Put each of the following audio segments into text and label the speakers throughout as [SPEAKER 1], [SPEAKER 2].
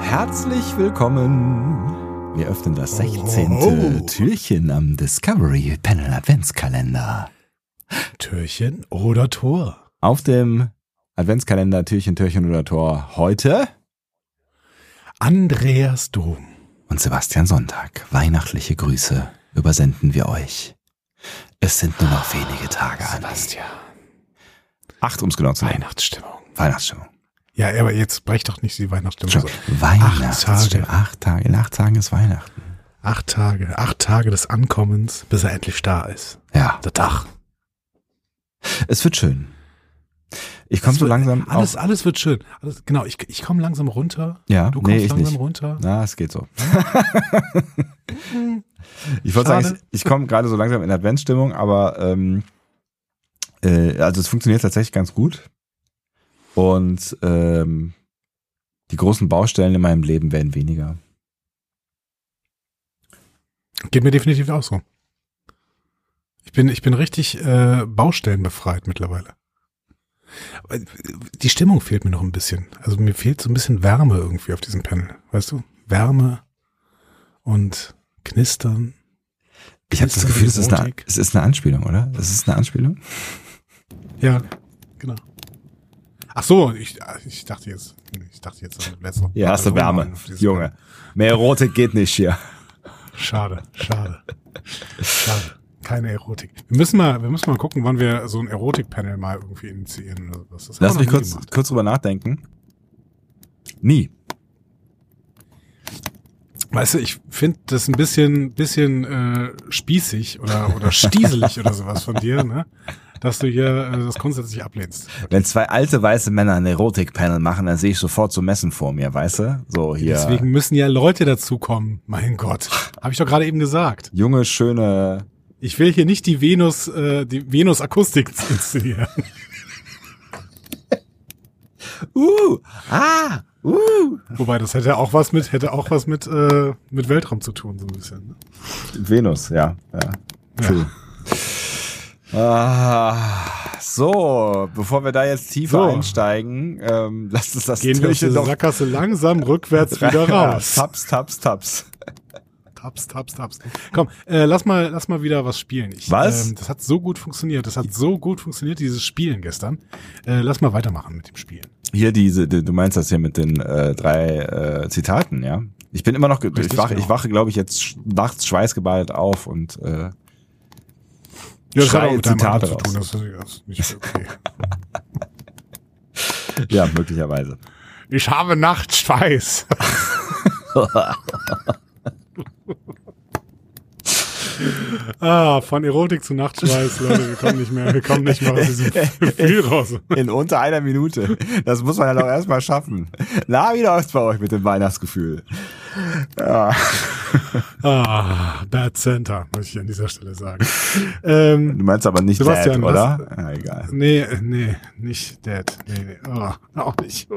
[SPEAKER 1] Herzlich willkommen. Wir öffnen das 16. Türchen am Discovery Panel Adventskalender.
[SPEAKER 2] Türchen oder Tor?
[SPEAKER 1] Auf dem Adventskalender Türchen, Türchen oder Tor heute
[SPEAKER 2] Andreas Dom.
[SPEAKER 1] und Sebastian Sonntag. Weihnachtliche Grüße übersenden wir euch. Es sind nur noch wenige Tage an. Acht, ums genau zu nehmen.
[SPEAKER 2] Weihnachtsstimmung.
[SPEAKER 1] Weihnachtsstimmung.
[SPEAKER 2] Ja, aber jetzt brech doch nicht die Weihnachtsstimmung.
[SPEAKER 1] Schon.
[SPEAKER 2] So.
[SPEAKER 1] Weihnachtsstimmung.
[SPEAKER 2] Tage.
[SPEAKER 1] Acht Tage. In acht Tagen ist Weihnachten.
[SPEAKER 2] Acht Tage, acht Tage des Ankommens, bis er endlich da ist.
[SPEAKER 1] Ja,
[SPEAKER 2] Der Dach.
[SPEAKER 1] es wird schön. Ich komme so langsam
[SPEAKER 2] Alles,
[SPEAKER 1] auf.
[SPEAKER 2] alles wird schön. Alles, genau, ich, ich komme langsam runter.
[SPEAKER 1] Ja,
[SPEAKER 2] Du
[SPEAKER 1] nee,
[SPEAKER 2] kommst
[SPEAKER 1] ich
[SPEAKER 2] langsam
[SPEAKER 1] nicht.
[SPEAKER 2] runter.
[SPEAKER 1] Na, es geht so. ich wollte
[SPEAKER 2] Schade.
[SPEAKER 1] sagen, ich, ich komme gerade so langsam in Adventsstimmung, aber ähm, äh, also es funktioniert tatsächlich ganz gut. Und ähm, die großen Baustellen in meinem Leben werden weniger.
[SPEAKER 2] Geht mir definitiv auch so. Ich bin, ich bin richtig äh, baustellenbefreit mittlerweile. Aber Die Stimmung fehlt mir noch ein bisschen. Also mir fehlt so ein bisschen Wärme irgendwie auf diesem Panel. Weißt du? Wärme und Knistern.
[SPEAKER 1] Ich habe das
[SPEAKER 2] Knisternde
[SPEAKER 1] Gefühl, es ist, eine,
[SPEAKER 2] Erotik.
[SPEAKER 1] es ist eine Anspielung, oder? Es ist eine Anspielung.
[SPEAKER 2] Ja, genau. Ach so, ich, ich dachte jetzt, ich dachte jetzt, letzte
[SPEAKER 1] Junge. Mehr Erotik geht nicht hier.
[SPEAKER 2] Schade, schade. Schade. Keine Erotik. Wir müssen mal, wir müssen mal gucken, wann wir so ein Erotik-Panel mal irgendwie initiieren oder was. Das haben
[SPEAKER 1] Lass
[SPEAKER 2] wir
[SPEAKER 1] mich
[SPEAKER 2] noch nie
[SPEAKER 1] kurz,
[SPEAKER 2] gemacht.
[SPEAKER 1] kurz drüber nachdenken. Nie.
[SPEAKER 2] Weißt du, ich finde das ein bisschen, bisschen äh, spießig oder, oder stieselig oder sowas von dir, ne? Dass du hier äh, das grundsätzlich ablehnst.
[SPEAKER 1] Wenn zwei alte weiße Männer ein Erotik-Panel machen, dann sehe ich sofort so Messen vor mir, weißt du? So hier.
[SPEAKER 2] Deswegen müssen ja Leute dazukommen. Mein Gott. Habe ich doch gerade eben gesagt.
[SPEAKER 1] Junge, schöne.
[SPEAKER 2] Ich will hier nicht die Venus, äh, die Venus-Akustik inszenieren.
[SPEAKER 1] Uh! Ah! Uh!
[SPEAKER 2] Wobei, das hätte auch was mit, hätte auch was mit, äh, mit Weltraum zu tun, so ein bisschen. Ne?
[SPEAKER 1] Venus, ja. ja. True. Ah, so, bevor wir da jetzt tiefer
[SPEAKER 2] So.
[SPEAKER 1] einsteigen, ähm, lasst uns das
[SPEAKER 2] Gehen wir aus
[SPEAKER 1] Türchen
[SPEAKER 2] dieser Sackgasse langsam rückwärts wieder raus.
[SPEAKER 1] Taps, taps, taps.
[SPEAKER 2] Taps, taps, taps. Komm, äh, lass mal, lass mal wieder was spielen. Ich,
[SPEAKER 1] Was?
[SPEAKER 2] Ähm, das hat so gut funktioniert. Das hat so gut funktioniert, dieses Spielen gestern. Äh, lass mal weitermachen mit dem Spielen.
[SPEAKER 1] Hier diese, du du meinst das hier mit den äh, drei äh, Zitaten, ja? Ich bin immer noch, ge- ich
[SPEAKER 2] Richtig,
[SPEAKER 1] wache,
[SPEAKER 2] genau.
[SPEAKER 1] ich wache, glaube ich, jetzt sch- nachts schweißgebadet auf und äh,
[SPEAKER 2] Ja, das
[SPEAKER 1] Schrei
[SPEAKER 2] hat auch mit deinem
[SPEAKER 1] Zitate
[SPEAKER 2] Alter zu tun.
[SPEAKER 1] raus.
[SPEAKER 2] Das ist- das ist nicht okay.
[SPEAKER 1] ja, möglicherweise.
[SPEAKER 2] ich habe Nachtschweiß. ah, von Erotik zu Nachtschweiß, Leute. Wir kommen nicht mehr, wir kommen nicht mehr aus diesem Gefühl raus.
[SPEAKER 1] In unter einer Minute. Das muss man ja doch erstmal schaffen. Na, wie läuft's bei euch mit dem Weihnachtsgefühl?
[SPEAKER 2] Ah, Bad Center, muss ich an dieser Stelle sagen. Ähm,
[SPEAKER 1] Du meinst aber nicht
[SPEAKER 2] Sebastian,
[SPEAKER 1] Dad, oder? Ja, egal.
[SPEAKER 2] Nee, nee, nicht Dad. Nee, nee. Oh, auch nicht. Oh.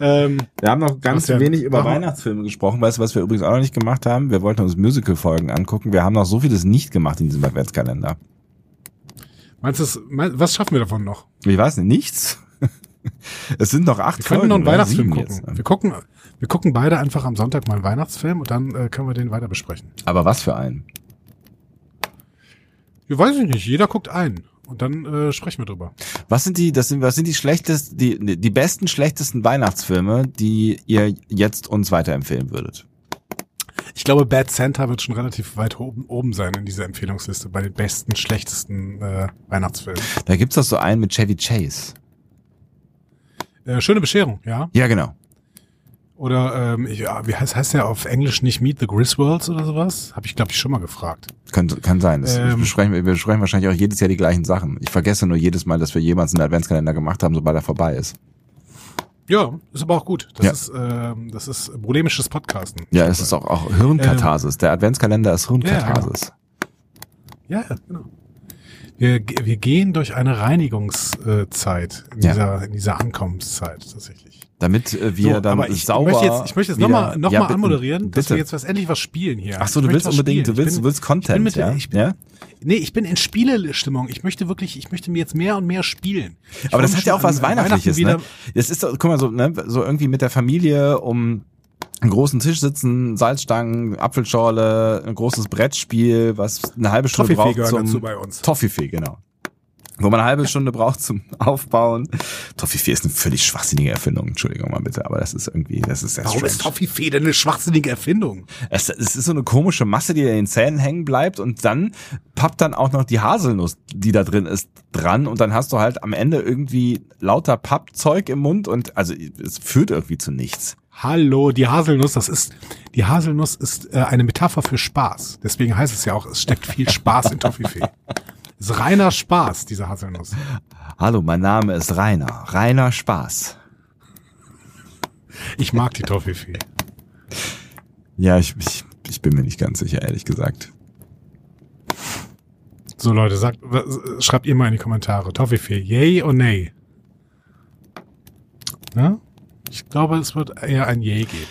[SPEAKER 2] ähm,
[SPEAKER 1] Wir haben noch ganz
[SPEAKER 2] Sebastian,
[SPEAKER 1] wenig über
[SPEAKER 2] warum-
[SPEAKER 1] Weihnachtsfilme gesprochen. Weißt du, was wir übrigens auch noch nicht gemacht haben? Wir wollten uns Musical-Folgen angucken. Wir haben noch so vieles nicht gemacht in diesem Adventskalender.
[SPEAKER 2] meinst du, es- mein- was schaffen wir davon noch?
[SPEAKER 1] Ich weiß nicht, nichts? Es sind noch acht
[SPEAKER 2] Wir könnten
[SPEAKER 1] Folgen.
[SPEAKER 2] noch einen
[SPEAKER 1] oder
[SPEAKER 2] Weihnachtsfilm
[SPEAKER 1] sieben
[SPEAKER 2] gucken.
[SPEAKER 1] jetzt.
[SPEAKER 2] Wir gucken. Wir gucken beide einfach am Sonntag mal einen Weihnachtsfilm und dann äh, können wir den weiter besprechen.
[SPEAKER 1] Aber was für einen?
[SPEAKER 2] Ja, weiß ich nicht. Jeder guckt einen. Und dann äh, sprechen wir drüber.
[SPEAKER 1] Was sind die, das sind, was sind die schlechtesten, die, die besten, schlechtesten Weihnachtsfilme, die ihr jetzt uns weiterempfehlen würdet?
[SPEAKER 2] Ich glaube, Bad Santa wird schon relativ weit oben, oben sein in dieser Empfehlungsliste bei den besten, schlechtesten äh, Weihnachtsfilmen.
[SPEAKER 1] Da gibt's doch so einen mit Chevy Chase.
[SPEAKER 2] Äh, schöne Bescherung, ja.
[SPEAKER 1] Ja, genau.
[SPEAKER 2] Oder ähm, ich, ja, wie heißt, heißt der auf Englisch nicht Meet the Griswolds oder sowas? Habe ich, glaube ich, schon mal gefragt.
[SPEAKER 1] Kann, kann sein. Das
[SPEAKER 2] Ähm.
[SPEAKER 1] besprechen, wir besprechen wahrscheinlich auch jedes Jahr die gleichen Sachen. Ich vergesse nur jedes Mal, dass wir jemals einen Adventskalender gemacht haben, sobald er vorbei ist.
[SPEAKER 2] Ja, ist aber auch gut. Das
[SPEAKER 1] Ja.
[SPEAKER 2] ist, ähm, das ist bulimisches Podcasten.
[SPEAKER 1] Ja, es ist auch, auch
[SPEAKER 2] Ähm.
[SPEAKER 1] Hirnkatharsis. Der Adventskalender ist Hirnkatharsis.
[SPEAKER 2] genau. Ja, ja, genau. Wir, ge- wir gehen durch eine Reinigungszeit in,
[SPEAKER 1] Ja.
[SPEAKER 2] dieser, in dieser Ankommenszeit tatsächlich.
[SPEAKER 1] Damit äh, wir
[SPEAKER 2] So,
[SPEAKER 1] dann
[SPEAKER 2] aber ich,
[SPEAKER 1] sauber.
[SPEAKER 2] Ich möchte jetzt, ich möchte jetzt
[SPEAKER 1] wieder-
[SPEAKER 2] nochmal noch
[SPEAKER 1] Ja,
[SPEAKER 2] mal
[SPEAKER 1] bitte,
[SPEAKER 2] anmoderieren, dass
[SPEAKER 1] bitte.
[SPEAKER 2] wir jetzt was, endlich was spielen hier.
[SPEAKER 1] Ach so, du
[SPEAKER 2] Ich
[SPEAKER 1] willst
[SPEAKER 2] möchte was
[SPEAKER 1] unbedingt,
[SPEAKER 2] spielen.
[SPEAKER 1] du willst,
[SPEAKER 2] Ich
[SPEAKER 1] du
[SPEAKER 2] bin-
[SPEAKER 1] willst Content,
[SPEAKER 2] mit-
[SPEAKER 1] ja?
[SPEAKER 2] ich bin-
[SPEAKER 1] ja?
[SPEAKER 2] Nee, ich bin in Spielestimmung. Ich möchte wirklich, ich möchte mir jetzt mehr und mehr spielen. Ich
[SPEAKER 1] Aber das
[SPEAKER 2] freue
[SPEAKER 1] hat ja
[SPEAKER 2] mich
[SPEAKER 1] auch
[SPEAKER 2] schon
[SPEAKER 1] was
[SPEAKER 2] an- an
[SPEAKER 1] Weihnachtliches,
[SPEAKER 2] Weihnachten
[SPEAKER 1] ne? Das ist, so- guck mal, so, ne, so irgendwie mit der Familie um einen großen Tisch sitzen, Salzstangen, Apfelschorle, ein großes Brettspiel, was eine halbe Stunde
[SPEAKER 2] Toffifee
[SPEAKER 1] braucht
[SPEAKER 2] gehören
[SPEAKER 1] zum
[SPEAKER 2] dazu bei uns.
[SPEAKER 1] Toffifee, genau. Wo man eine halbe Stunde braucht zum Aufbauen. Toffifee ist eine völlig schwachsinnige Erfindung, Entschuldigung mal bitte, aber das ist irgendwie, das ist sehr
[SPEAKER 2] Warum
[SPEAKER 1] strange.
[SPEAKER 2] ist Toffifee denn eine schwachsinnige Erfindung?
[SPEAKER 1] Es, es ist so eine komische Masse, die in den Zähnen hängen bleibt und dann pappt dann auch noch die Haselnuss, die da drin ist, dran und dann hast du halt am Ende irgendwie lauter Pappzeug im Mund und also es führt irgendwie zu nichts.
[SPEAKER 2] Hallo, die Haselnuss, das ist, die Haselnuss ist äh, eine Metapher für Spaß. Deswegen heißt es ja auch, es steckt viel Spaß in Toffifee. Es ist reiner Spaß, diese Haselnuss.
[SPEAKER 1] Hallo, mein Name ist Rainer. Rainer Spaß.
[SPEAKER 2] Ich mag die Toffifee.
[SPEAKER 1] Ja, ich, ich, ich bin mir nicht ganz sicher, ehrlich gesagt.
[SPEAKER 2] So Leute, sagt, w- schreibt ihr mal in die Kommentare. Toffifee, yay oder nay? Ne? Ich glaube, es wird eher ein yay geben.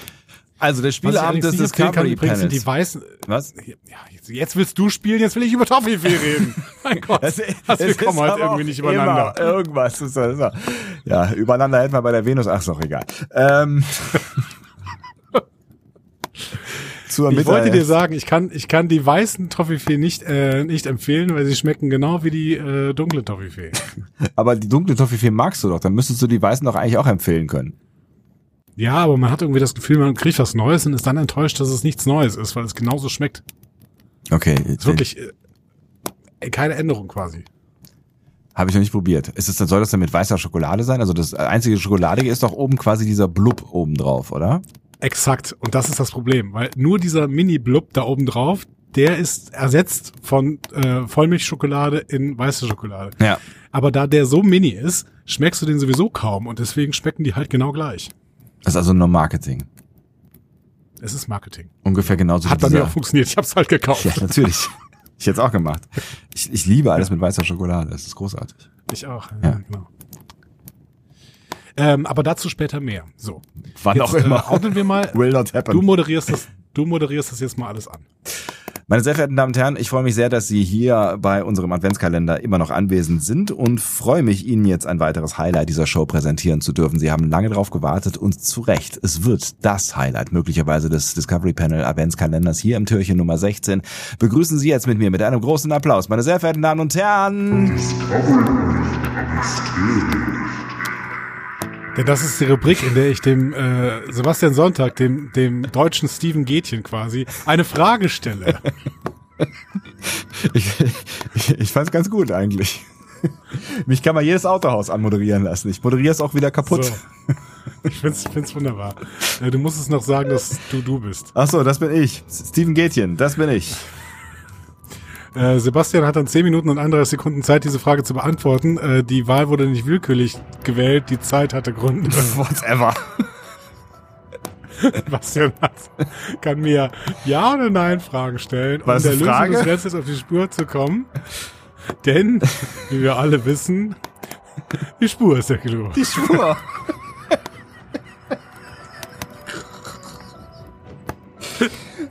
[SPEAKER 1] Also der
[SPEAKER 2] Was ich
[SPEAKER 1] Spieleabend
[SPEAKER 2] allerdings
[SPEAKER 1] des
[SPEAKER 2] nicht empfehlen kann,
[SPEAKER 1] Discovery
[SPEAKER 2] übrigens sind
[SPEAKER 1] Panels.
[SPEAKER 2] die weißen.
[SPEAKER 1] Was?
[SPEAKER 2] Ja, jetzt, jetzt willst du spielen, jetzt will ich über Toffifee reden. mein Gott. das, wir
[SPEAKER 1] es
[SPEAKER 2] kommen
[SPEAKER 1] ist aber
[SPEAKER 2] halt irgendwie
[SPEAKER 1] auch
[SPEAKER 2] nicht übereinander.
[SPEAKER 1] Immer irgendwas. Ist das immer. Ja, übereinander hätten wir bei der Venus. Ach, ist doch egal. Ähm, zur
[SPEAKER 2] Ich wollte dir
[SPEAKER 1] Mittagessen-
[SPEAKER 2] sagen, ich kann, ich kann die weißen Toffifee nicht, äh, nicht empfehlen, weil sie schmecken genau wie die äh, dunkle Toffifee.
[SPEAKER 1] Aber die dunkle Toffifee magst du doch. Dann müsstest du die weißen doch eigentlich auch empfehlen können.
[SPEAKER 2] ja, aber man hat irgendwie das Gefühl, man kriegt was Neues und ist dann enttäuscht, dass es nichts Neues ist, weil es genauso schmeckt.
[SPEAKER 1] Okay,
[SPEAKER 2] Ist wirklich äh, keine Änderung quasi.
[SPEAKER 1] habe ich noch nicht probiert. Ist es, soll das dann mit weißer Schokolade sein? Also das einzige Schokoladige ist doch oben quasi dieser Blub oben drauf, oder?
[SPEAKER 2] Exakt. Und das ist das Problem, weil nur dieser Mini-Blub da oben drauf, der ist ersetzt von äh, Vollmilchschokolade in weiße Schokolade.
[SPEAKER 1] Ja.
[SPEAKER 2] Aber da der so mini ist, schmeckst du den sowieso kaum und deswegen schmecken die halt genau gleich.
[SPEAKER 1] Das ist also nur Marketing.
[SPEAKER 2] Es ist Marketing.
[SPEAKER 1] Ungefähr genauso
[SPEAKER 2] Hat
[SPEAKER 1] wie
[SPEAKER 2] bei
[SPEAKER 1] dieser.
[SPEAKER 2] mir auch funktioniert. Ich hab's halt gekauft.
[SPEAKER 1] ja, natürlich. Ich hätte es auch gemacht. Ich, ich liebe alles mit weißer Schokolade. Das ist großartig.
[SPEAKER 2] Ich auch. Ja,
[SPEAKER 1] Ja.
[SPEAKER 2] genau. Ähm, aber dazu später mehr. So.
[SPEAKER 1] Wann auch immer.
[SPEAKER 2] Äh, ordnen wir mal.
[SPEAKER 1] Will not happen.
[SPEAKER 2] Du moderierst das. Du moderierst das jetzt mal alles an.
[SPEAKER 1] Meine sehr verehrten Damen und Herren, ich freue mich sehr, dass Sie hier bei unserem Adventskalender immer noch anwesend sind und freue mich, Ihnen jetzt ein weiteres Highlight dieser Show präsentieren zu dürfen. Sie haben lange darauf gewartet und zu Recht. Es wird das Highlight möglicherweise des Discovery Panel Adventskalenders hier im Türchen Nummer 16. Begrüßen Sie jetzt mit mir mit einem großen Applaus, meine sehr verehrten Damen und Herren.
[SPEAKER 2] Denn das ist die Rubrik, in der ich dem äh, Sebastian Sonntag, dem, dem deutschen Steven Gätchen quasi, eine Frage stelle.
[SPEAKER 1] Ich, ich, ich fand's ganz gut eigentlich. Mich kann man jedes Autohaus anmoderieren lassen. Ich moderiere es auch wieder kaputt.
[SPEAKER 2] So. Ich find's, find's wunderbar. Äh, Du musst es noch sagen, dass du du bist.
[SPEAKER 1] Ach so, das bin ich. Steven Gätchen, das bin ich.
[SPEAKER 2] Äh, Sebastian hat dann 10 Minuten und 31 Sekunden Zeit, diese Frage zu beantworten. Äh, die Wahl wurde nicht willkürlich gewählt, die Zeit hatte Gründe.
[SPEAKER 1] Whatever.
[SPEAKER 2] Sebastian hat, kann mir Ja oder Nein Fragen stellen, um
[SPEAKER 1] War das
[SPEAKER 2] der
[SPEAKER 1] eine
[SPEAKER 2] Lösung
[SPEAKER 1] Frage?
[SPEAKER 2] des Rätsels auf die Spur zu kommen. Denn, wie wir alle wissen, die Spur ist der Clou.
[SPEAKER 1] Die Spur.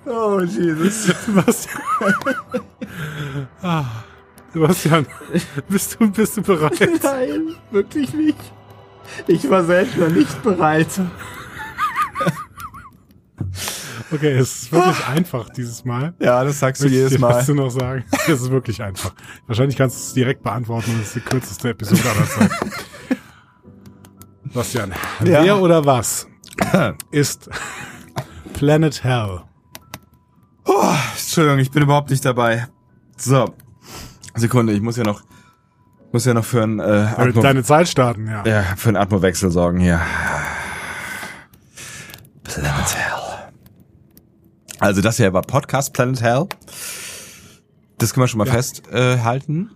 [SPEAKER 1] oh, Jesus.
[SPEAKER 2] Sebastian. ah, Sebastian, bist du, bist du bereit?
[SPEAKER 1] Nein, wirklich nicht. Ich war selbst noch nicht bereit.
[SPEAKER 2] Okay, es ist wirklich einfach dieses Mal.
[SPEAKER 1] Ja, das sagst du
[SPEAKER 2] Möchtest
[SPEAKER 1] jedes
[SPEAKER 2] dir
[SPEAKER 1] Mal.
[SPEAKER 2] dazu noch sagen? Das ist wirklich einfach. Wahrscheinlich kannst du es direkt beantworten. Das ist die kürzeste Episode aller Zeiten. Bastian,
[SPEAKER 1] Ja.
[SPEAKER 2] wer oder was ist Planet Hell?
[SPEAKER 1] Entschuldigung, ich bin überhaupt nicht dabei. So. Sekunde, ich muss ja noch, muss ja noch für einen, äh,
[SPEAKER 2] Äh,
[SPEAKER 1] Atmo,
[SPEAKER 2] Deine Zeit starten, ja.
[SPEAKER 1] ja, für einen Atmowechsel sorgen hier. Planet Hell. Also das hier war Podcast Planet Hell. Das können wir schon mal festhalten. Äh, halten.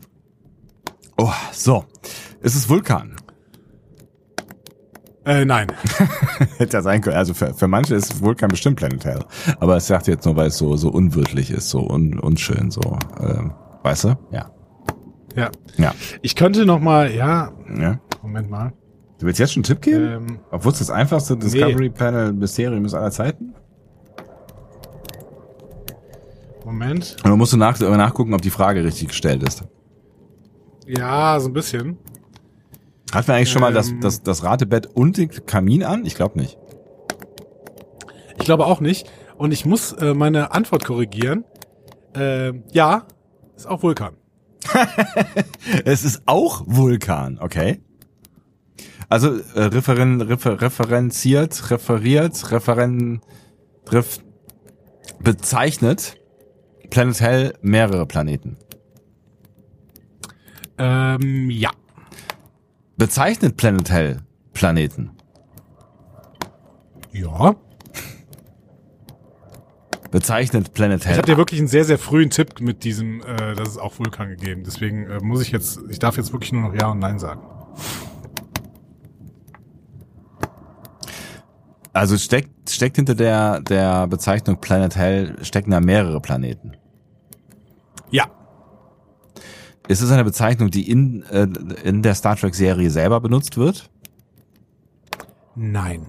[SPEAKER 1] oh, so. Es ist Vulkan.
[SPEAKER 2] Äh, nein.
[SPEAKER 1] Hätte ja sein können. Also für, für manche ist Vulkan bestimmt Planet Hell. Aber es sagt jetzt nur, weil es so, so unwirtlich ist, so un, unschön, so. Ähm, weißt du? Ja.
[SPEAKER 2] Ja.
[SPEAKER 1] Ja.
[SPEAKER 2] Ich könnte noch mal, ja,
[SPEAKER 1] ja.
[SPEAKER 2] Moment mal.
[SPEAKER 1] Du willst jetzt schon einen Tipp geben?
[SPEAKER 2] Ähm,
[SPEAKER 1] Obwohl es das einfachste Discovery Panel Mysterium ist aller Zeiten?
[SPEAKER 2] Moment.
[SPEAKER 1] Und dann musst du nach, nachgucken, ob die Frage richtig gestellt ist.
[SPEAKER 2] Ja, so ein bisschen.
[SPEAKER 1] Hatten wir eigentlich schon mal das,
[SPEAKER 2] Ähm.
[SPEAKER 1] das, das Ratebett und den Kamin an? Ich glaube nicht.
[SPEAKER 2] Ich glaube auch nicht. Und ich muss äh, meine Antwort korrigieren. Ähm, ja, ist auch Vulkan.
[SPEAKER 1] Es ist auch Vulkan, okay. Also äh, referen, refer, referenziert, referiert, referen, ref, bezeichnet Planet Hell mehrere Planeten.
[SPEAKER 2] Ähm, ja.
[SPEAKER 1] Bezeichnet Planet Hell Planeten.
[SPEAKER 2] Ja.
[SPEAKER 1] Bezeichnet Planet
[SPEAKER 2] Ich
[SPEAKER 1] Hell.
[SPEAKER 2] habe dir wirklich einen sehr, sehr frühen Tipp mit diesem, äh, dass es auch Vulkan gegeben. Deswegen äh, muss ich jetzt, ich darf jetzt wirklich nur noch Ja und Nein sagen.
[SPEAKER 1] Also steckt, steckt hinter der, der Bezeichnung Planet Hell stecken da mehrere Planeten.
[SPEAKER 2] Ja.
[SPEAKER 1] Ist es eine Bezeichnung, die in, äh, in der Star Trek Serie selber benutzt wird?
[SPEAKER 2] Nein.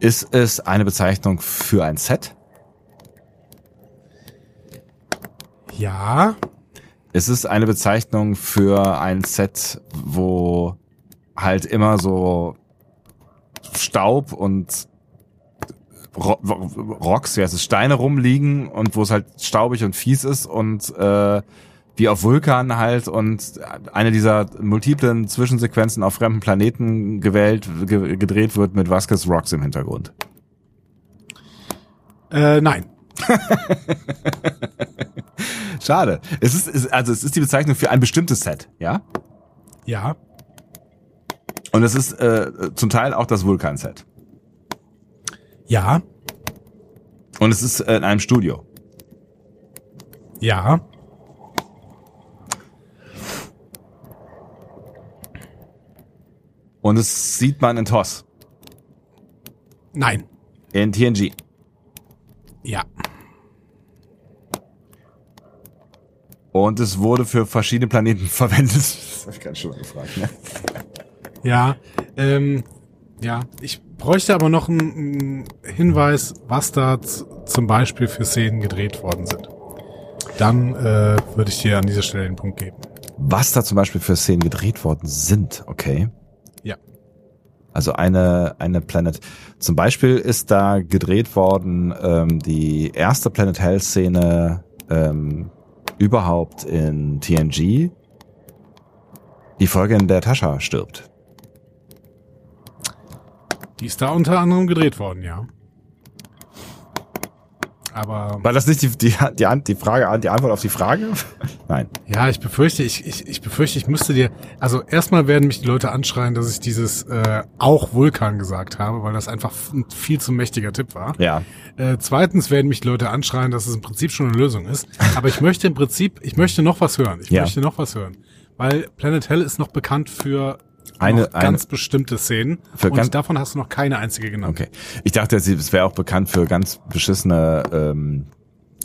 [SPEAKER 1] Ist es eine Bezeichnung für ein Set?
[SPEAKER 2] Ja.
[SPEAKER 1] Ist es eine Bezeichnung für ein Set, wo halt immer so Staub und Ro Ro- Rocks, wie heißt es, Steine rumliegen und wo es halt staubig und fies ist und äh, wie auf Vulkan halt und eine dieser multiplen Zwischensequenzen auf fremden Planeten gewählt, ge gedreht wird mit Vasquez Rocks im Hintergrund.
[SPEAKER 2] Äh, nein.
[SPEAKER 1] Schade. Es ist, es- also es ist die Bezeichnung für ein bestimmtes Set, ja?
[SPEAKER 2] Ja.
[SPEAKER 1] Und es ist äh, zum Teil auch das Vulkan-Set.
[SPEAKER 2] Ja.
[SPEAKER 1] Und es ist äh, in einem Studio.
[SPEAKER 2] Ja.
[SPEAKER 1] Und es sieht man in TOS,
[SPEAKER 2] Nein.
[SPEAKER 1] in TNG.
[SPEAKER 2] Ja.
[SPEAKER 1] Und es wurde für verschiedene Planeten verwendet. Das habe ich ganz schon mal gefragt. Ne?
[SPEAKER 2] Ja, ähm, ja. Ich bräuchte aber noch einen, einen Hinweis, was da z- zum Beispiel für Szenen gedreht worden sind. Dann äh, würde ich dir an dieser Stelle den Punkt geben.
[SPEAKER 1] Was da zum Beispiel für Szenen gedreht worden sind, okay.
[SPEAKER 2] Ja.
[SPEAKER 1] Also eine, eine Planet. Zum Beispiel ist da gedreht worden ähm, die erste Planet Hell-Szene ähm, überhaupt in TNG. Die Folge, in der Tascha stirbt.
[SPEAKER 2] Die ist da unter anderem gedreht worden, ja. Aber
[SPEAKER 1] War das nicht die, die, die, An- die Frage, die Antwort auf die Frage? Nein.
[SPEAKER 2] ja, ich befürchte, ich, ich, ich befürchte, ich müsste dir. Also erstmal werden mich die Leute anschreien, dass ich dieses äh, auch Vulkan gesagt habe, weil das einfach f- ein viel zu mächtiger Tipp war.
[SPEAKER 1] Ja.
[SPEAKER 2] Äh, zweitens werden mich Leute anschreien, dass es im Prinzip schon eine Lösung ist. Aber ich möchte im Prinzip, ich möchte noch was hören. Ich
[SPEAKER 1] Ja.
[SPEAKER 2] möchte noch was hören. Weil Planet Hell ist noch bekannt für
[SPEAKER 1] Eine-
[SPEAKER 2] noch ganz bestimmte Szenen.
[SPEAKER 1] Für ganz-
[SPEAKER 2] und davon hast du noch keine einzige genannt.
[SPEAKER 1] Okay. Ich dachte, sie- es wäre auch bekannt für ganz beschissene ähm,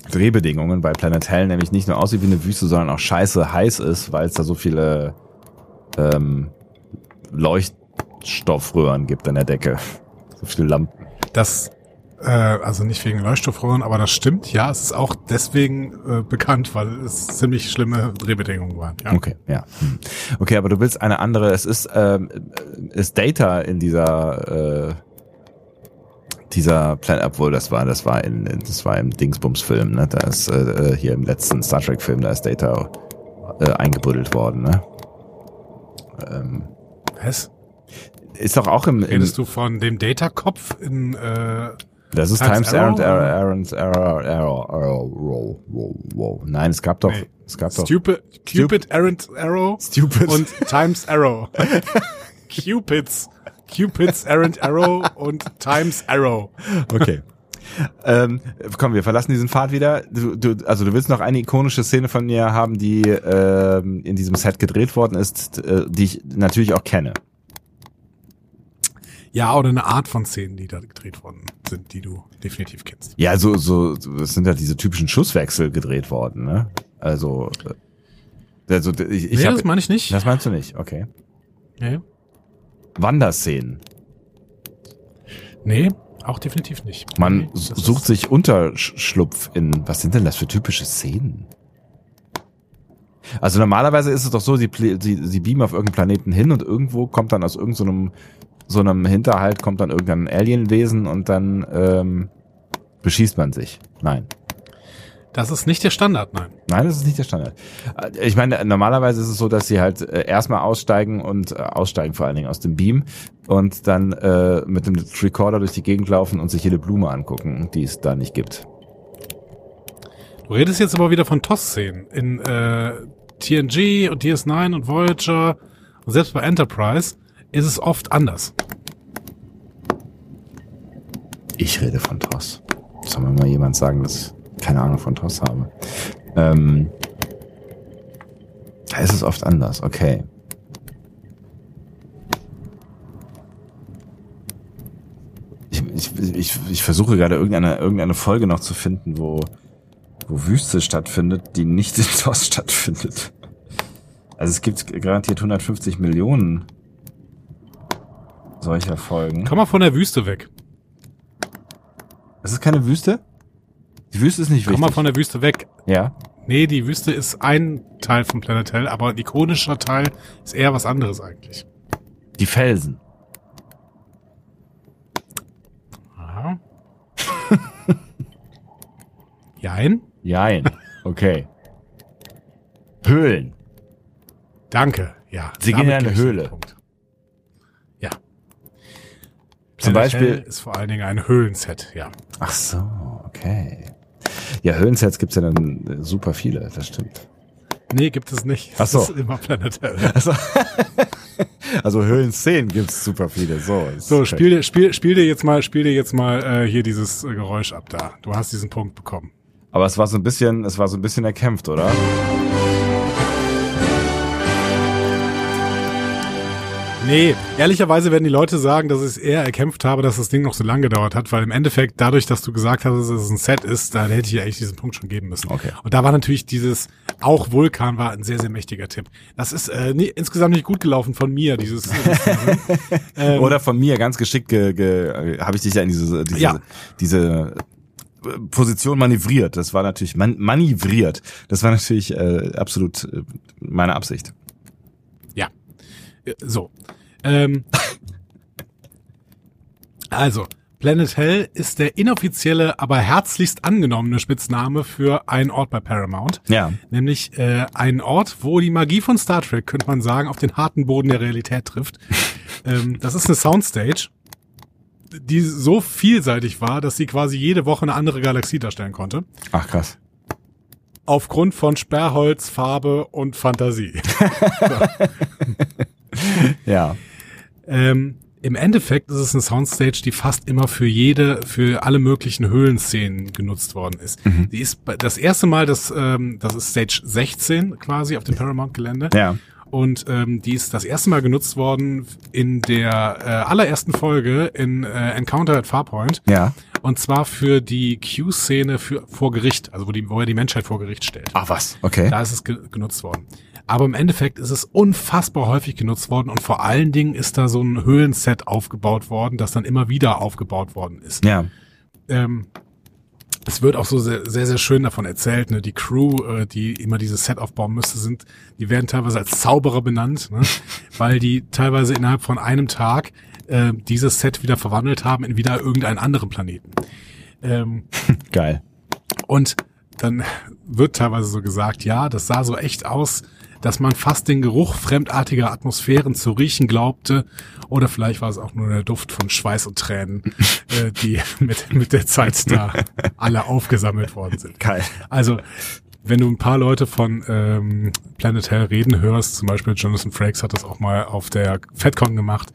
[SPEAKER 1] Drehbedingungen, weil Planet Hell nämlich nicht nur aussieht wie eine Wüste, sondern auch scheiße heiß ist, weil es da so viele ähm, Leuchtstoffröhren gibt an der Decke. So viele Lampen.
[SPEAKER 2] Das, äh, also nicht wegen Leuchtstoffröhren, aber das stimmt. Ja, es ist auch deswegen äh, bekannt, weil es ziemlich schlimme Drehbedingungen waren. Ja.
[SPEAKER 1] Okay, ja. Hm. Okay, aber du willst eine andere. Es ist, ähm, ist Data in dieser äh, dieser Planet, obwohl das war, das war in, in das war im Dingsbums-Film, ne? Da ist äh, hier im letzten Star Trek-Film, da ist Data äh, eingebuddelt worden, ne? Ähm,
[SPEAKER 2] Was?
[SPEAKER 1] ist doch auch im, im
[SPEAKER 2] Redest du von dem Data-Kopf in äh,
[SPEAKER 1] das ist
[SPEAKER 2] Times
[SPEAKER 1] Times Errant
[SPEAKER 2] Arrow?
[SPEAKER 1] Error Errant Error Error Error Row Row Row. Nein, es gab doch
[SPEAKER 2] Nee.
[SPEAKER 1] es gab doch
[SPEAKER 2] Stupid, Cupid Errant Arrow?
[SPEAKER 1] Stupid.
[SPEAKER 2] und Times Arrow. Cupids. Cupids Errant Arrow und Times Arrow.
[SPEAKER 1] Okay. ähm, komm, wir verlassen diesen Pfad wieder. Du, du, also du willst noch eine ikonische Szene von mir haben, die ähm, in diesem Set gedreht worden ist, äh, die ich natürlich auch kenne.
[SPEAKER 2] Ja, oder eine Art von Szenen, die da gedreht worden sind, die du definitiv kennst.
[SPEAKER 1] Ja, so, so, es sind ja diese typischen Schusswechsel gedreht worden, ne? Also, äh, also ich, ich
[SPEAKER 2] nee,
[SPEAKER 1] hab,
[SPEAKER 2] das meine ich nicht.
[SPEAKER 1] das meinst du nicht, okay.
[SPEAKER 2] Nee.
[SPEAKER 1] Wanderszenen.
[SPEAKER 2] nee, auch definitiv nicht.
[SPEAKER 1] Man
[SPEAKER 2] nee, das
[SPEAKER 1] sucht
[SPEAKER 2] ist-
[SPEAKER 1] sich Unterschlupf in. Was sind denn das für typische Szenen? Also normalerweise ist es doch so, sie, pl- sie, sie beamen auf irgendeinen Planeten hin und irgendwo kommt dann aus irgendeinem so einem Hinterhalt kommt dann irgendein Alienwesen und dann ähm, beschießt man sich. Nein.
[SPEAKER 2] Das ist nicht der Standard, nein.
[SPEAKER 1] Nein, das ist nicht der Standard. Äh, Ich meine, normalerweise ist es so, dass sie halt äh, erstmal aussteigen und äh, aussteigen vor allen Dingen aus dem Beam und dann äh, mit dem Recorder durch die Gegend laufen und sich jede Blume angucken, die es da nicht gibt.
[SPEAKER 2] Du redest jetzt aber wieder von TOS-Szenen in äh, TNG und DS9 und Voyager und selbst bei Enterprise ist es oft anders.
[SPEAKER 1] Ich rede von TOS. Soll mir mal jemand sagen, dass ich keine Ahnung von TOS habe? Ähm, da ist es oft anders, okay. Ich, ich, ich, ich versuche gerade irgendeine, irgendeine Folge noch zu finden, wo, wo Wüste stattfindet, die nicht in TOS stattfindet. Also es gibt garantiert 150 Millionen solcher Folgen.
[SPEAKER 2] Komm mal von der Wüste weg.
[SPEAKER 1] Es ist keine Wüste? Die Wüste ist nicht
[SPEAKER 2] Komm
[SPEAKER 1] wichtig.
[SPEAKER 2] mal von der Wüste weg.
[SPEAKER 1] ja.
[SPEAKER 2] Nee, die Wüste ist ein Teil von Planet Hell, aber ein ikonischer Teil ist eher was anderes eigentlich.
[SPEAKER 1] Die Felsen.
[SPEAKER 2] Aha. Jein?
[SPEAKER 1] Jein. Okay. Höhlen.
[SPEAKER 2] Danke, ja.
[SPEAKER 1] Sie gehen in
[SPEAKER 2] damit
[SPEAKER 1] eine
[SPEAKER 2] gebe ich
[SPEAKER 1] Höhle.
[SPEAKER 2] den Punkt. Ja.
[SPEAKER 1] Zum
[SPEAKER 2] Planet
[SPEAKER 1] Beispiel-
[SPEAKER 2] Hell ist vor allen Dingen ein Höhlenset, ja.
[SPEAKER 1] Ach so, okay. Ja, Höhlensets gibt's ja dann äh, super viele, das stimmt.
[SPEAKER 2] Nee, gibt es nicht.
[SPEAKER 1] Ach so.
[SPEAKER 2] Es ist immer Planet Hell.
[SPEAKER 1] Also, also Höhlenszenen gibt's super viele. So, ist
[SPEAKER 2] So,
[SPEAKER 1] okay.
[SPEAKER 2] spiel, dir- spiel, spiel dir jetzt mal, spiel dir jetzt mal äh, hier dieses äh, Geräusch ab da. Du hast diesen Punkt bekommen.
[SPEAKER 1] Aber es war so ein bisschen, es war so ein bisschen erkämpft, oder?
[SPEAKER 2] Nee, ehrlicherweise werden die Leute sagen, dass ich es eher erkämpft habe, dass das Ding noch so lange gedauert hat, weil im Endeffekt dadurch, dass du gesagt hast, dass es ein Set ist, dann hätte ich ja eigentlich diesen Punkt schon geben müssen.
[SPEAKER 1] Okay.
[SPEAKER 2] Und da war natürlich dieses, auch Vulkan war ein sehr, sehr mächtiger Tipp. Das ist äh, nie, insgesamt nicht gut gelaufen von mir, dieses. ähm,
[SPEAKER 1] Oder von mir ganz geschickt ge, ge, habe ich dich ja in diese diese,
[SPEAKER 2] Ja.
[SPEAKER 1] diese äh, Position manövriert. Das war natürlich man, manövriert. Das war natürlich äh, absolut äh, meine Absicht.
[SPEAKER 2] Ja. Äh, So. Ähm, also, Planet Hell ist der inoffizielle, aber herzlichst angenommene Spitzname für einen Ort bei Paramount.
[SPEAKER 1] Ja.
[SPEAKER 2] Nämlich äh, einen Ort, wo die Magie von Star Trek, könnte man sagen, auf den harten Boden der Realität trifft. ähm, das ist eine Soundstage, die so vielseitig war, dass sie quasi jede Woche eine andere Galaxie darstellen konnte.
[SPEAKER 1] Ach krass.
[SPEAKER 2] Aufgrund von Sperrholz, Farbe und Fantasie.
[SPEAKER 1] Ja.
[SPEAKER 2] Ähm, Im Endeffekt ist es eine Soundstage, die fast immer für jede, für alle möglichen Höhlenszenen genutzt worden ist. Die ist bei- das erste Mal, dass, ähm, das ist Stage 16 quasi auf dem Paramount-Gelände.
[SPEAKER 1] Ja.
[SPEAKER 2] Und ähm, die ist das erste Mal genutzt worden in der äh, allerersten Folge in äh, Encounter at Farpoint.
[SPEAKER 1] Ja.
[SPEAKER 2] Und zwar für die Q-Szene für- vor Gericht, also wo, die, wo er die Menschheit vor Gericht stellt.
[SPEAKER 1] Ach was. Okay.
[SPEAKER 2] Da ist es ge genutzt worden. Aber im Endeffekt ist es unfassbar häufig genutzt worden und vor allen Dingen ist da so ein Höhlenset aufgebaut worden, das dann immer wieder aufgebaut worden ist.
[SPEAKER 1] Ja.
[SPEAKER 2] Ähm, es wird auch so sehr, sehr, sehr schön davon erzählt. Ne? Die Crew, äh, die immer dieses Set aufbauen müsste, sind, die werden teilweise als Zauberer benannt, ne? weil die teilweise innerhalb von einem Tag äh, dieses Set wieder verwandelt haben in wieder irgendeinen anderen Planeten. Ähm,
[SPEAKER 1] Geil.
[SPEAKER 2] und dann wird teilweise so gesagt, ja, das sah so echt aus, dass man fast den Geruch fremdartiger Atmosphären zu riechen glaubte. Oder vielleicht war es auch nur der Duft von Schweiß und Tränen, äh, die mit, mit der Zeit da alle aufgesammelt worden sind.
[SPEAKER 1] Geil.
[SPEAKER 2] Also, wenn du ein paar Leute von ähm, Planet Hell reden hörst, zum Beispiel Jonathan Frakes hat das auch mal auf der FedCon gemacht,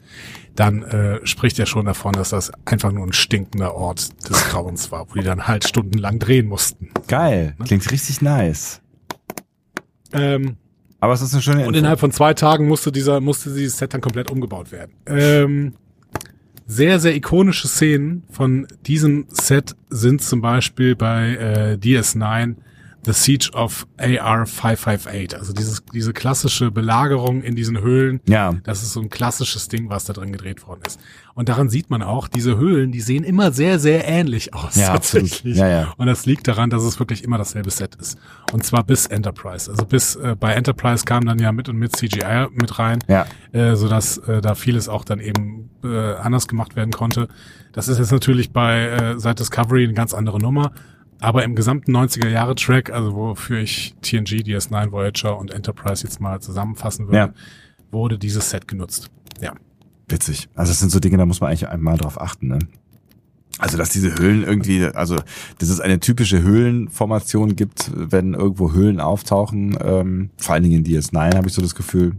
[SPEAKER 2] dann äh, spricht er schon davon, dass das einfach nur ein stinkender Ort des Grauens war, wo die dann halt stundenlang drehen mussten.
[SPEAKER 1] Geil. Klingt richtig nice.
[SPEAKER 2] Ähm,
[SPEAKER 1] Aber es ist eine schöne
[SPEAKER 2] und
[SPEAKER 1] Info.
[SPEAKER 2] innerhalb von zwei Tagen musste dieser musste dieses Set dann komplett umgebaut werden. Ähm, Sehr, sehr ikonische Szenen von diesem Set sind zum Beispiel bei äh, DS9 The Siege of AR 558. Also dieses, diese klassische Belagerung in diesen Höhlen.
[SPEAKER 1] Ja.
[SPEAKER 2] Das ist so ein klassisches Ding, was da drin gedreht worden ist. Und daran sieht man auch, diese Höhlen, die sehen immer sehr, sehr ähnlich aus.
[SPEAKER 1] Ja, absolut. Ja, ja.
[SPEAKER 2] Und das liegt daran, dass es wirklich immer dasselbe Set ist. Und zwar bis Enterprise. Also bis äh, bei Enterprise kam dann ja mit und mit CGI mit rein,
[SPEAKER 1] Ja.
[SPEAKER 2] äh, sodass äh, da vieles auch dann eben äh, anders gemacht werden konnte. Das ist jetzt natürlich bei äh, seit Discovery eine ganz andere Nummer. Aber im gesamten 90er-Jahre-Track, also wofür ich TNG, DS9, Voyager und Enterprise jetzt mal zusammenfassen würde,
[SPEAKER 1] Ja.
[SPEAKER 2] wurde dieses Set genutzt. Ja.
[SPEAKER 1] Witzig. Also das sind so Dinge, da muss man eigentlich einmal drauf achten, ne? Also, dass diese Höhlen irgendwie, also, dass es eine typische Höhlenformation gibt, wenn irgendwo Höhlen auftauchen, ähm, vor allen Dingen in DS9 habe ich so das Gefühl.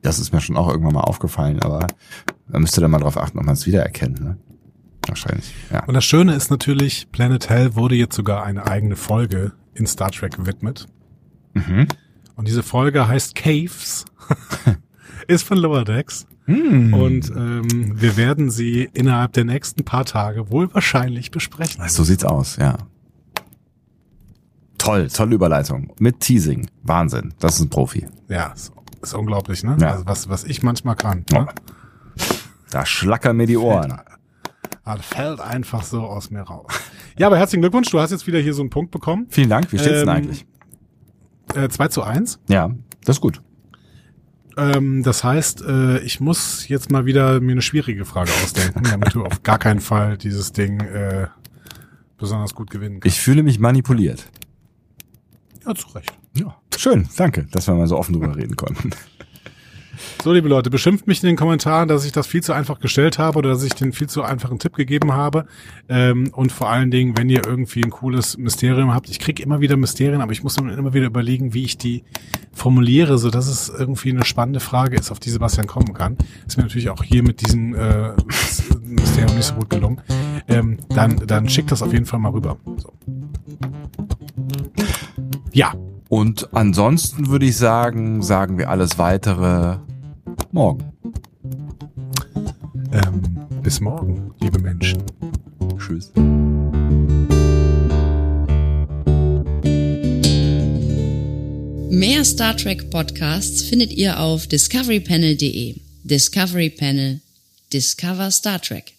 [SPEAKER 1] Das ist mir schon auch irgendwann mal aufgefallen, aber man müsste dann mal drauf achten, ob man es wiedererkennt, ne? Wahrscheinlich, ja.
[SPEAKER 2] Und das Schöne ist natürlich, Planet Hell wurde jetzt sogar eine eigene Folge in Star Trek gewidmet.
[SPEAKER 1] Mhm.
[SPEAKER 2] Und diese Folge heißt Caves, ist von Lower Decks.
[SPEAKER 1] Hm.
[SPEAKER 2] Und ähm, wir werden sie innerhalb der nächsten paar Tage wohl wahrscheinlich besprechen.
[SPEAKER 1] so sieht's aus, ja. Toll, tolle Überleitung. Mit Teasing. Wahnsinn. Das ist ein Profi.
[SPEAKER 2] Ja, ist, ist unglaublich, ne?
[SPEAKER 1] Ja.
[SPEAKER 2] Also was, was ich manchmal kann.
[SPEAKER 1] Ja.
[SPEAKER 2] Ne?
[SPEAKER 1] Da schlackern mir die Ohren.
[SPEAKER 2] Ah, Das fällt einfach so aus mir raus. Ja, aber herzlichen Glückwunsch, du hast jetzt wieder hier so einen Punkt bekommen.
[SPEAKER 1] Vielen Dank. Wie steht's denn
[SPEAKER 2] Ähm,
[SPEAKER 1] eigentlich?
[SPEAKER 2] Äh, 2 zu 1.
[SPEAKER 1] Ja, das ist gut.
[SPEAKER 2] Ähm, das heißt, äh, ich muss jetzt mal wieder mir eine schwierige Frage ausdenken, damit du auf gar keinen Fall dieses Ding äh, besonders gut gewinnen kannst.
[SPEAKER 1] Ich fühle mich manipuliert.
[SPEAKER 2] Ja, zu Recht.
[SPEAKER 1] Ja. Schön, danke, dass wir mal so offen drüber reden konnten.
[SPEAKER 2] So, liebe Leute, beschimpft mich in den Kommentaren, dass ich das viel zu einfach gestellt habe oder dass ich den viel zu einfachen Tipp gegeben habe. Ähm, und vor allen Dingen, wenn ihr irgendwie ein cooles Mysterium habt, ich krieg immer wieder Mysterien, aber ich muss mir immer wieder überlegen, wie ich die formuliere, so dass es irgendwie eine spannende Frage ist, auf die Sebastian kommen kann. Ist mir natürlich auch hier mit diesem äh, Mysterium nicht so gut gelungen. Ähm, dann, dann schickt das auf jeden Fall mal rüber. So. Ja,
[SPEAKER 1] Und ansonsten würde ich sagen, sagen wir alles weitere morgen.
[SPEAKER 2] ähm, bis morgen, liebe Menschen.
[SPEAKER 1] Tschüss.
[SPEAKER 3] Mehr Star Trek Podcasts findet ihr auf discoverypanel.de. Discovery Panel. Discover Star Trek.